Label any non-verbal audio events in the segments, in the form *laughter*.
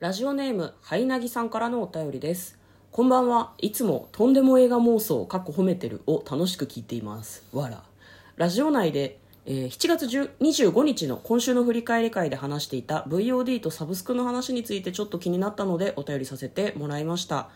ラジオネーム、はいなぎさんからのお便りです。こんばんは。いつもとんでも映画妄想、かっこ褒めてるを楽しく聞いています。わら。ラジオ内で、えー7月10 25日の今週の振り返り会で話していた VOD とサブスクの話についてちょっと気になったのでお便りさせてもらいました。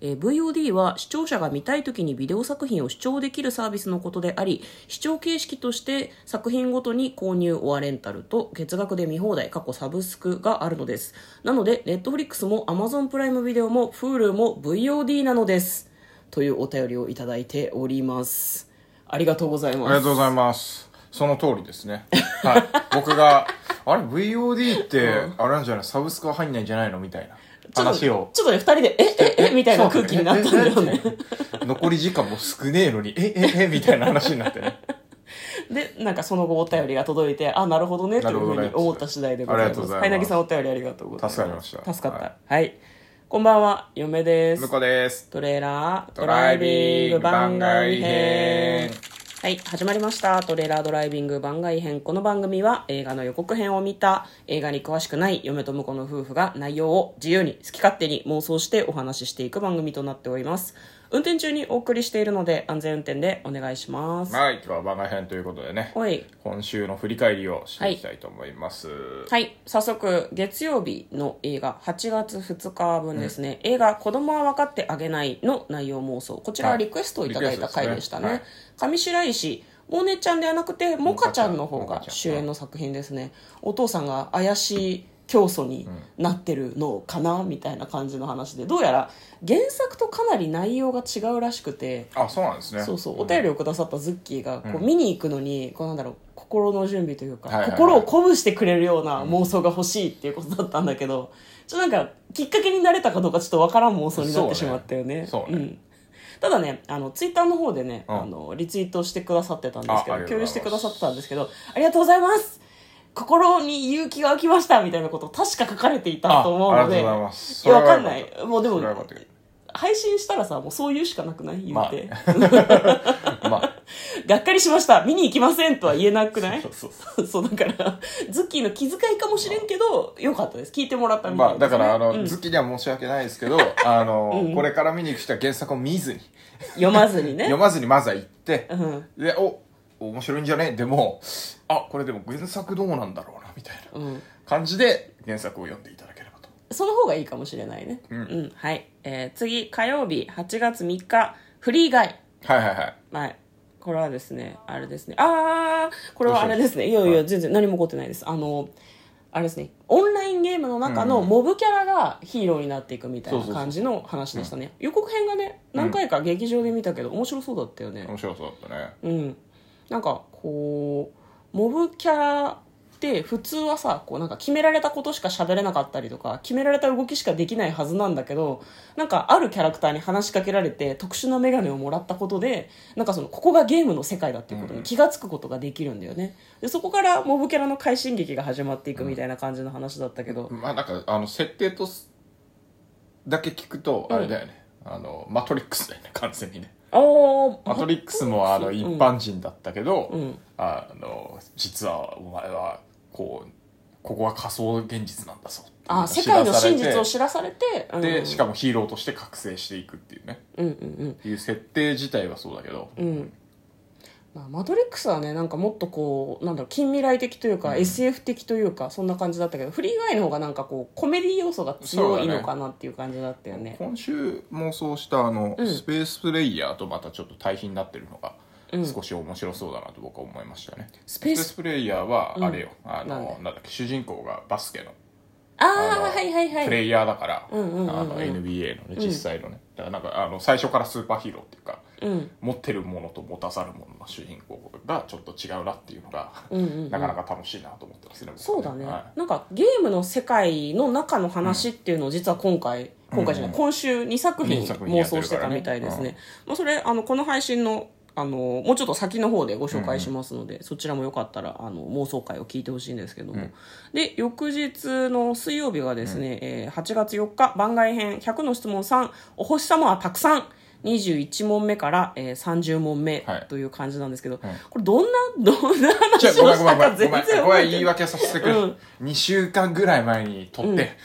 えー VOD は視聴者が見たい時にビデオ作品を視聴できるサービスのことであり、視聴形式として作品ごとに購入オアレンタルと月額で見放題、過去サブスクがあるのです。なので、Netflix も Amazon プライムビデオも Hulu も VOD なのです。というお便りをいただいております。ありがとうございます。ありがとうございます。その通りですね。はい。僕が、あれ、VOD って、あれなんじゃないサブスクは入んないんじゃないのみたいなちょっと話を。ちょっとね、二人で、え、え、え、みたいな空気になったんだよねそ。うだね。残り時間も少ねえのに、え、え、え、みたいな話になってね。で、なんかその後お便りが届いて、あ、なるほどね、とないるうほどねふうに思った次第でございあまりがす。とうごはざいますいなぎさんお便りありがとうございます。助かりました助かった。はい。こんばんは、嫁です向。こうです。トレーラードドライビング番外編。はい、始まりました。トレーラードライビング番外編。この番組は映画の予告編を見た、映画に詳しくない嫁と婿の夫婦が内容を自由に好き勝手に妄想してお話ししていく番組となっております。運転中にお送りしているので安全運転でお願いします。はい、今日は番外編ということでね。おい。今週の振り返りをしていきたいと思います。はい、早速、月曜日の映画、8月2日分ですね、映画、子供は分かってあげないの内容妄想、こちらははいリクエストをいただいた回でしたね。リクエスト上白石、モネちゃんではなくて、モカちゃんの方モがカちゃん主演の作品ですね。お父さんが怪しい教祖になってるのかな、みたいな感じの話で、どうやら原作とかなり内容が違うらしくて、あ、そうなんですね。そうそうお便りをくださったズッキーがこううん見に行くのに、こうなんだろう心の準備というか、はいはいはい心を鼓舞してくれるような妄想が欲しいっていうことだったんだけど、ちょっとなんかきっかけになれたかどうかちょっとわからん妄想になってしまったよねそうねそうねん、ただねあのツイッターの方でね、うんあのリツイートしてくださってたんですけああどり共有がとうございますしてくださってたんですけどありがとうございます心に勇気が湧きましたみたいなこと確か書かれていたと思うのであありがとうございますいやわかんないそれはよかったもうでもそれはよかったけど配信したらさもうそういうしかなくない言うて、まうんまあ、がっかりしました見に行きませんとは言えなくないそうそ *laughs* うそうだからズッキーの気遣いかもしれんけどよかったです聞いてもらったみたまいあ、でだす、ねから、あの、うんズッキーには申し訳ないですけど、あの、これから見に行く人は原作を見ずに、読まずにね読まずにまずは行ってう、んで、お、面白いんじゃねでも、あ、これでも原作どうなんだろうな、みたいなうん、感じで原作を読んでいただければと。その方がいいかもしれないねうんはい、えー次火曜日8月3日フリー以外はいはいはい。はいこれはですねあれですねああこれはあれですねいどうやいしたや全然何も起こってないですあのあれですねオンラインゲームの中のモブキャラがヒーローになっていくみたいそうなそうそう感じの話でしたね予告編がね何回か劇場で見たけど面白そうだったよね面白そうだったね。うん、なんかこうモブキャラって普通はさこうなんか決められたことしか喋れなかったりとか決められた動きしかできないはずなんだけどなんかあるキャラクターに話しかけられて特殊な眼鏡をもらったことでなんかそのここがゲームの世界だっていうことに気が付くことができるんだよねでそこからモブキャラの快進撃が始まっていくみたいな感じの話だったけど、まあ、なんか、あの、設定とす、だけ聞くと、あれだよね。あの、マトリックスだよね、完全にね。あマトーリックスもあの一般人だったけど、うんあの実はお前はこうここは仮想現実なんだぞっていうのあが世界の知らされ真て実を知らされて、うん、でしかもヒーローとして覚醒していくっていうねうんうんうんいう設定自体はそうだけど、うんまあ、マトリックスはねなんかもっとこうなんだろう近未来的というか、SF 的というかそんな感じだったけどフリーガイの方がなんかこうコメディ要素が強いのかなっていう感じだったよね今週妄想したあの、うんスペースプレイヤーとまたちょっと対比になってるのがうん少し面白そうだなと僕は思いましたね、スペースペーススプレイヤーはあれよ、あなんのでなんだっけ主人公がバスケのああのあはいはいはプいレイヤーだから、うんうんうんうんあの NBA のね実際のね、だからなんかあの最初からスーパーヒーローっていうかうん持ってるものと持たざるものの主人公がちょっと違うなっていうのが、うんうんうんなかなか楽しいなと思ってますね僕はそうだね、はなんかゲームの世界の中の話っていうのを実は今回、今回じゃない、うん今週2作品二作品妄やっ想てるからねしてたみたいですねうまあ、それあのこの配信のあのもうちょっと先の方でご紹介しますので、そちらもよかったらあの妄想会を聞いてほしいんですけども、で翌日の水曜日がですね、えー8月4日番外編100の質問3お星様はたくさん21問目から、えー、30問目はいという感じなんですけど、んこれどんなどんな *laughs* じゃ話ごをめんごしめんたかごめんごめ全ん然ご覚めえんて言い訳させてくれ、うん2週間ぐらい前に撮って、 *laughs*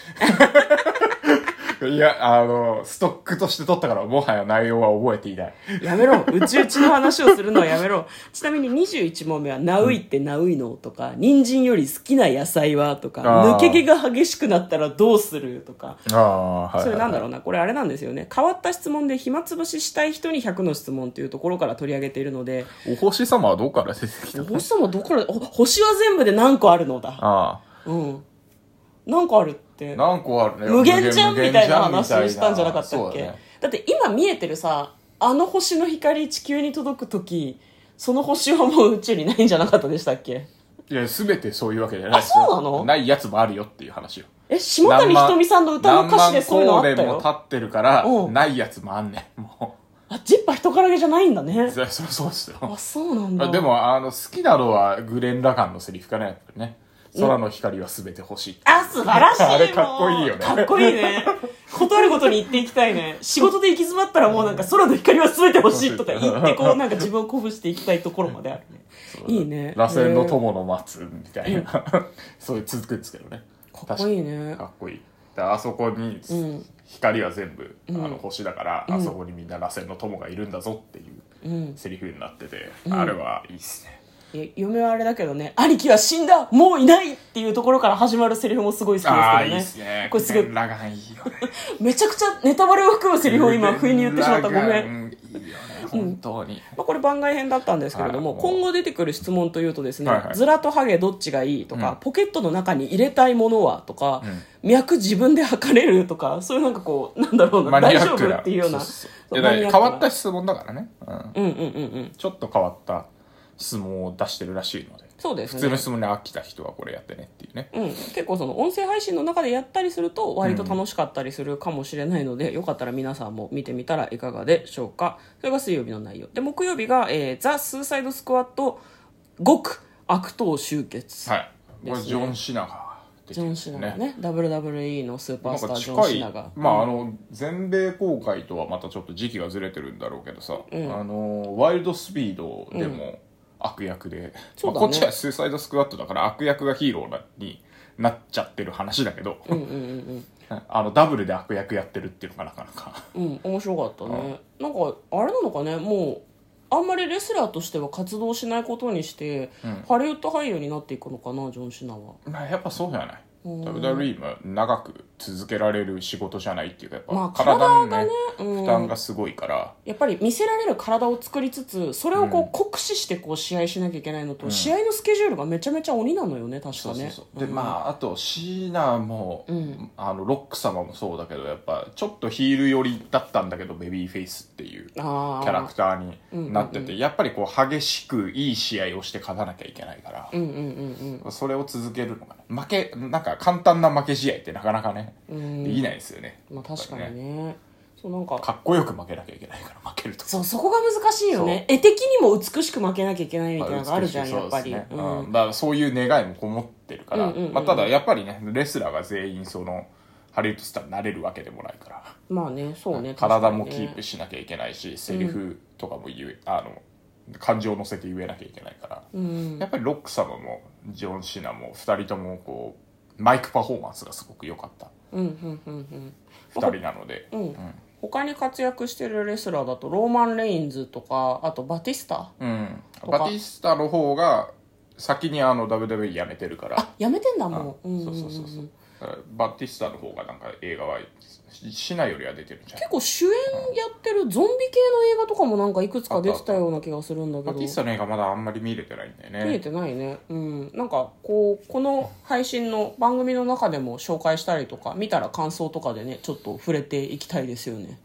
いや、あの、ストックとして撮ったから、もはや内容は覚えていない。やめろうちうちの話をするのはやめろちなみに21問目は「ナウイってナウイの?」とか「人参より好きな野菜は?」とか「あー抜け毛が激しくなったらどうする?」とかああ、はい。それなんだろうなこれあれなんですよね変わった質問で暇つぶししたい人に100の質問というところから取り上げているのでお星様はどこから出てきたの星もどこからお星は全部で何個あるのだあうん何個あるってあ。何個あるね無限じゃんみたいな話を無限したんじゃなかったっそうけだだ,、ねって今見えてるさあの星の光地球に届く時その星はもう宇宙にないんじゃなかったでしたっけいや、すべてそういうわけじゃないですあそうなのないやつもあるよっていう話よ。え下谷ひとみさんの歌の歌詞でそういうのあった何万光年もよ立ってるからう、んないやつもあんねん。もあジッパー人からげじゃないんだ *laughs* う。ねそりゃそりゃそうですよ。あそうなんだでも、あの、好きなのはグレン・ラガンのセリフかね、やっぱりね。空の光はすべて星って。あ、素晴らしいあれもうかっこいいよねかっこいいね。ことあるごとに言っていきたいね。仕事で行き詰まったらもうなんか空の光は全て欲しいとか言って、こうなんか自分を鼓舞していきたいところまであるね。いいね。螺旋の友の待つみたいな、 *laughs* そういう続くんですけどねかっこいいね確かにかっこいいだからあそこに、ん光は全部、あの星だから、あそこにみんな螺旋の友がいるんだぞっていううん。セリフになってて、あれはいいっすねいや嫁はあれだけどね、兄貴は死んだもういないっていうところから始まるセリフもすごい好きああいいっですすけどね。ねこれすごい *laughs* グレン、ラガンいいよねめちゃくちゃネタバレを含むセリフを *laughs* *laughs* 今、不意に言ってしまった。ごグめレん。ンラガンいいよね本当に、まあ、これ番外編だったんですけれども、はい今後出てくる質問というとですね、はいはいズラとハゲどっちがいいとか、うんポケットの中に入れたいものはとか、脈自分で測れるとかそういうなんかこうなんだろうなマニア大ッ丈ク夫なっていうようなそそういやだからマニアック変なわった質問だからね、うん、うんうんうんうんちょっと変わった質問を出してるらしいのでそうです普通のね質問に飽きた人はこれやってねっていうねうん、結構その音声配信の中でやったりすると割と楽しかったりするかもしれないので、よかったら皆さんも見てみたらいかがでしょうかそれが水曜日の内容で木曜日が、えーザ・スーサイド・スクワット極悪党集結、はい。こでれすねジョン・シナが出ジてるョんン・ですシよナがね WWE のスーパなーんスタかージョン・近シいナが、まああの全米公開とはまたちょっと時期がずれてるんだろうけどさ、あのワイルドスピードでも悪役で、そうだねまあこっちはスーサイドスクワットだから悪役がヒーローになっちゃってる話だけど、 *laughs* あのダブルで悪役やってるっていうのがなかなかうん面白かったねなんかあれなのかねもうあんまりレスラーとしては活動しないことにして、ハリウッド俳優になっていくのかなジョン・シナはま *laughs* あやっぱそうじゃない WWE も長く続けられる仕事じゃないっていうかやっぱ、まあ体体にがねうん負担がすごいから、やっぱり見せられる体を作りつつそれをこう酷使してこう試合しなきゃいけないのと、試合のスケジュールがめちゃめちゃ鬼なのよね確かねそうそうそうで、まああとシーナも、あのロック様もそうだけどやっぱちょっとヒール寄りだったんだけどベビーフェイスっていうキあーャラクターになってて、やっぱりこう激しくいい試合をして勝たなきゃいけないから、うんうんうんそれを続けるのがね負けなんか簡単な負け試合ってなかなかね、できないですよね,、うんまあ確かやっぱにりねねそうなんかかっこよく負けなきゃいけないから負けるとそうそこが難しいよね絵的にも美しく負けなきゃいけないみたいなのがあるじゃんまやっぱり、美しいそうですねうんうんだからそういう願いもこもってるから、うんうんうんまあ、ただやっぱりねレスラーが全員そのハリウッドスターになれるわけでもないから、まあねそうね体もキープししなきゃいけないし、セリフとかも言え、あの感情を乗せて言えなきゃいけないから、うんやっぱりロック様もジョン・シナも2人ともこうマイクパフォーマンスがすごく良かったうんうんうんうん2人なので、うん他に活躍してるレスラーだとローマン・レインズとかあとバティスタうんとかバティスタの方が先にあの WWE 辞めてるからやめてんだもん,、うんうんそううんそうそうそうだからバティスタの方がなんか映画はししないよりは出てるんじゃない結構主演やってるゾンビ系の映画とかもなんかいくつか出てたような気がするんだけバどティスタの映画まだあんまり見れてないんだよね見えてないねうんなんかこうこの配信の番組の中でも紹介したりとか見たら感想とかでねちょっと触れていきたいですよね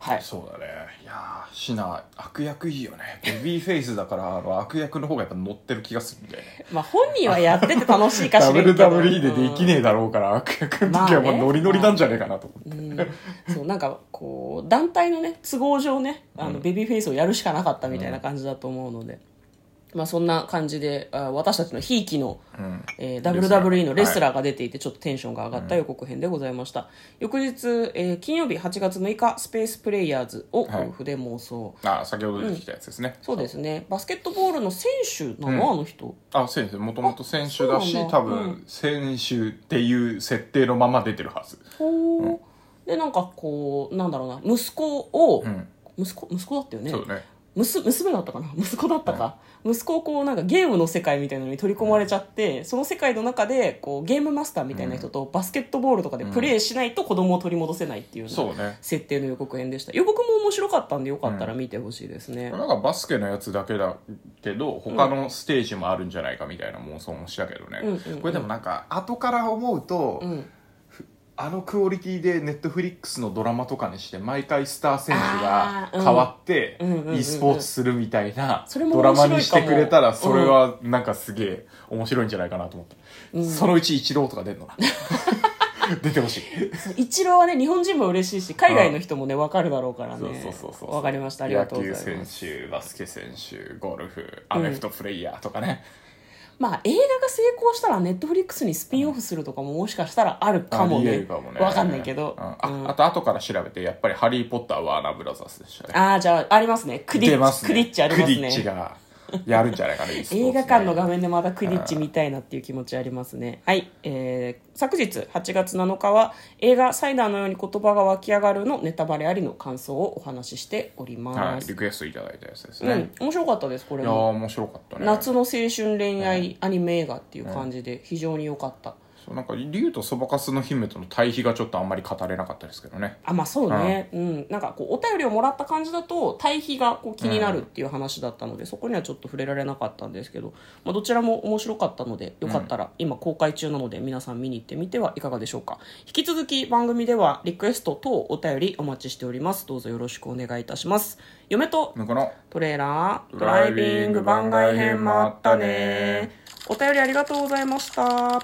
はいそうだねいやーシナ悪役いいよねベビーフェイスだからあの悪役の方がやっぱ乗ってる気がするんだよねまあ本人はやってて楽しいかしらんけど WWE でできねえだろうから、悪役の時はまあもねうノリノリなんじゃねえかなと思って、そうなんかこう団体のね都合上ねあのベビーフェイスをやるしかなかったみたいな感じだと思うので、まあそんな感じであ私たちのひいきの、えーレスラー WWE のレスラーが出ていてちょっとテンションが上がった予告編でございました、翌日、えー金曜日8月6日スペースプレイヤーズをはい夫婦で妄想、ああ先ほど出てきたやつですね、そうですねバスケットボールの選手なの、あの人あ選手もともと選手だしあそうなんだ多分選手っていう設定のまま出てるはずほーでなんかこうなんだろうな息子を、うん息子息子だったよねそうね娘娘だったかな息子だったか、息子をこうなんかゲームの世界みたいなのに取り込まれちゃって、その世界の中でこうゲームマスターみたいな人とバスケットボールとかでプレーしないと子供を取り戻せないっていうようなそうね設定の予告編でした予告も面白かったんでよかったら見てほしいですね、なんかバスケのやつだけだけど他のステージもあるんじゃないかみたいな妄想もしたけどね、うんうんうんこれでもなんか後から思うと、うんあのクオリティでネットフリックスのドラマとかにして毎回スター選手があーうん変わってうんうんうんうん e スポーツするみたいなそれもド面ラ白いかマもにしてくれたらそれはなんかすげえ面白いんじゃないかなと思って、そのうち一郎とか出る *laughs* のな出てほしい一郎はね日本人も嬉しいし海外の人もね分かるだろうからねそうそうそうそう分かりましたありがとうござい野ま球す選手バスケ選手ゴルフアメフトプレイヤーとかね、まあ映画が成功したらネットフリックスにスピンオフするとかももしかしたらあるかもありえねるかもね分かんないけど、うんあうんあと後から調べてやっぱり「ハリー・ポッター」はワーナーブラザーズでしたねああじゃあありますねクディ出ッまチ、すねクディッチありますクディッチねがやるんじゃないかな e スポーツね *laughs* 映画館の画面でまたクディッチ見たいなっていう気持ちありますねはい、えー、昨日8月7日は映画「サイダーのように言葉が湧き上がる」のネタバレありの感想をお話ししておりはまい、す、リクエストいただいたやつですうね、ん面白かったですこれいやーも面白かったね夏の青春恋愛アニメ映画っていう感じで非常に良かった、そうなんか竜とそばかすの姫との対比がちょっとあんまり語れなかったですけどねあまあそうね、うんなんかこうお便りをもらった感じだと対比がこう気になるっていう話だったので、そこにはちょっと触れられなかったんですけど、まあ、どちらも面白かったのでよかったら、今公開中なので皆さん見に行ってみてはいかがでしょうか引き続き番組ではリクエスト等お便りお待ちしておりますどうぞよろしくお願いいたします嫁と向こうのトレーラードドラライイビビンンググ番番外外編編ももああっったたねねお便りありがとうございました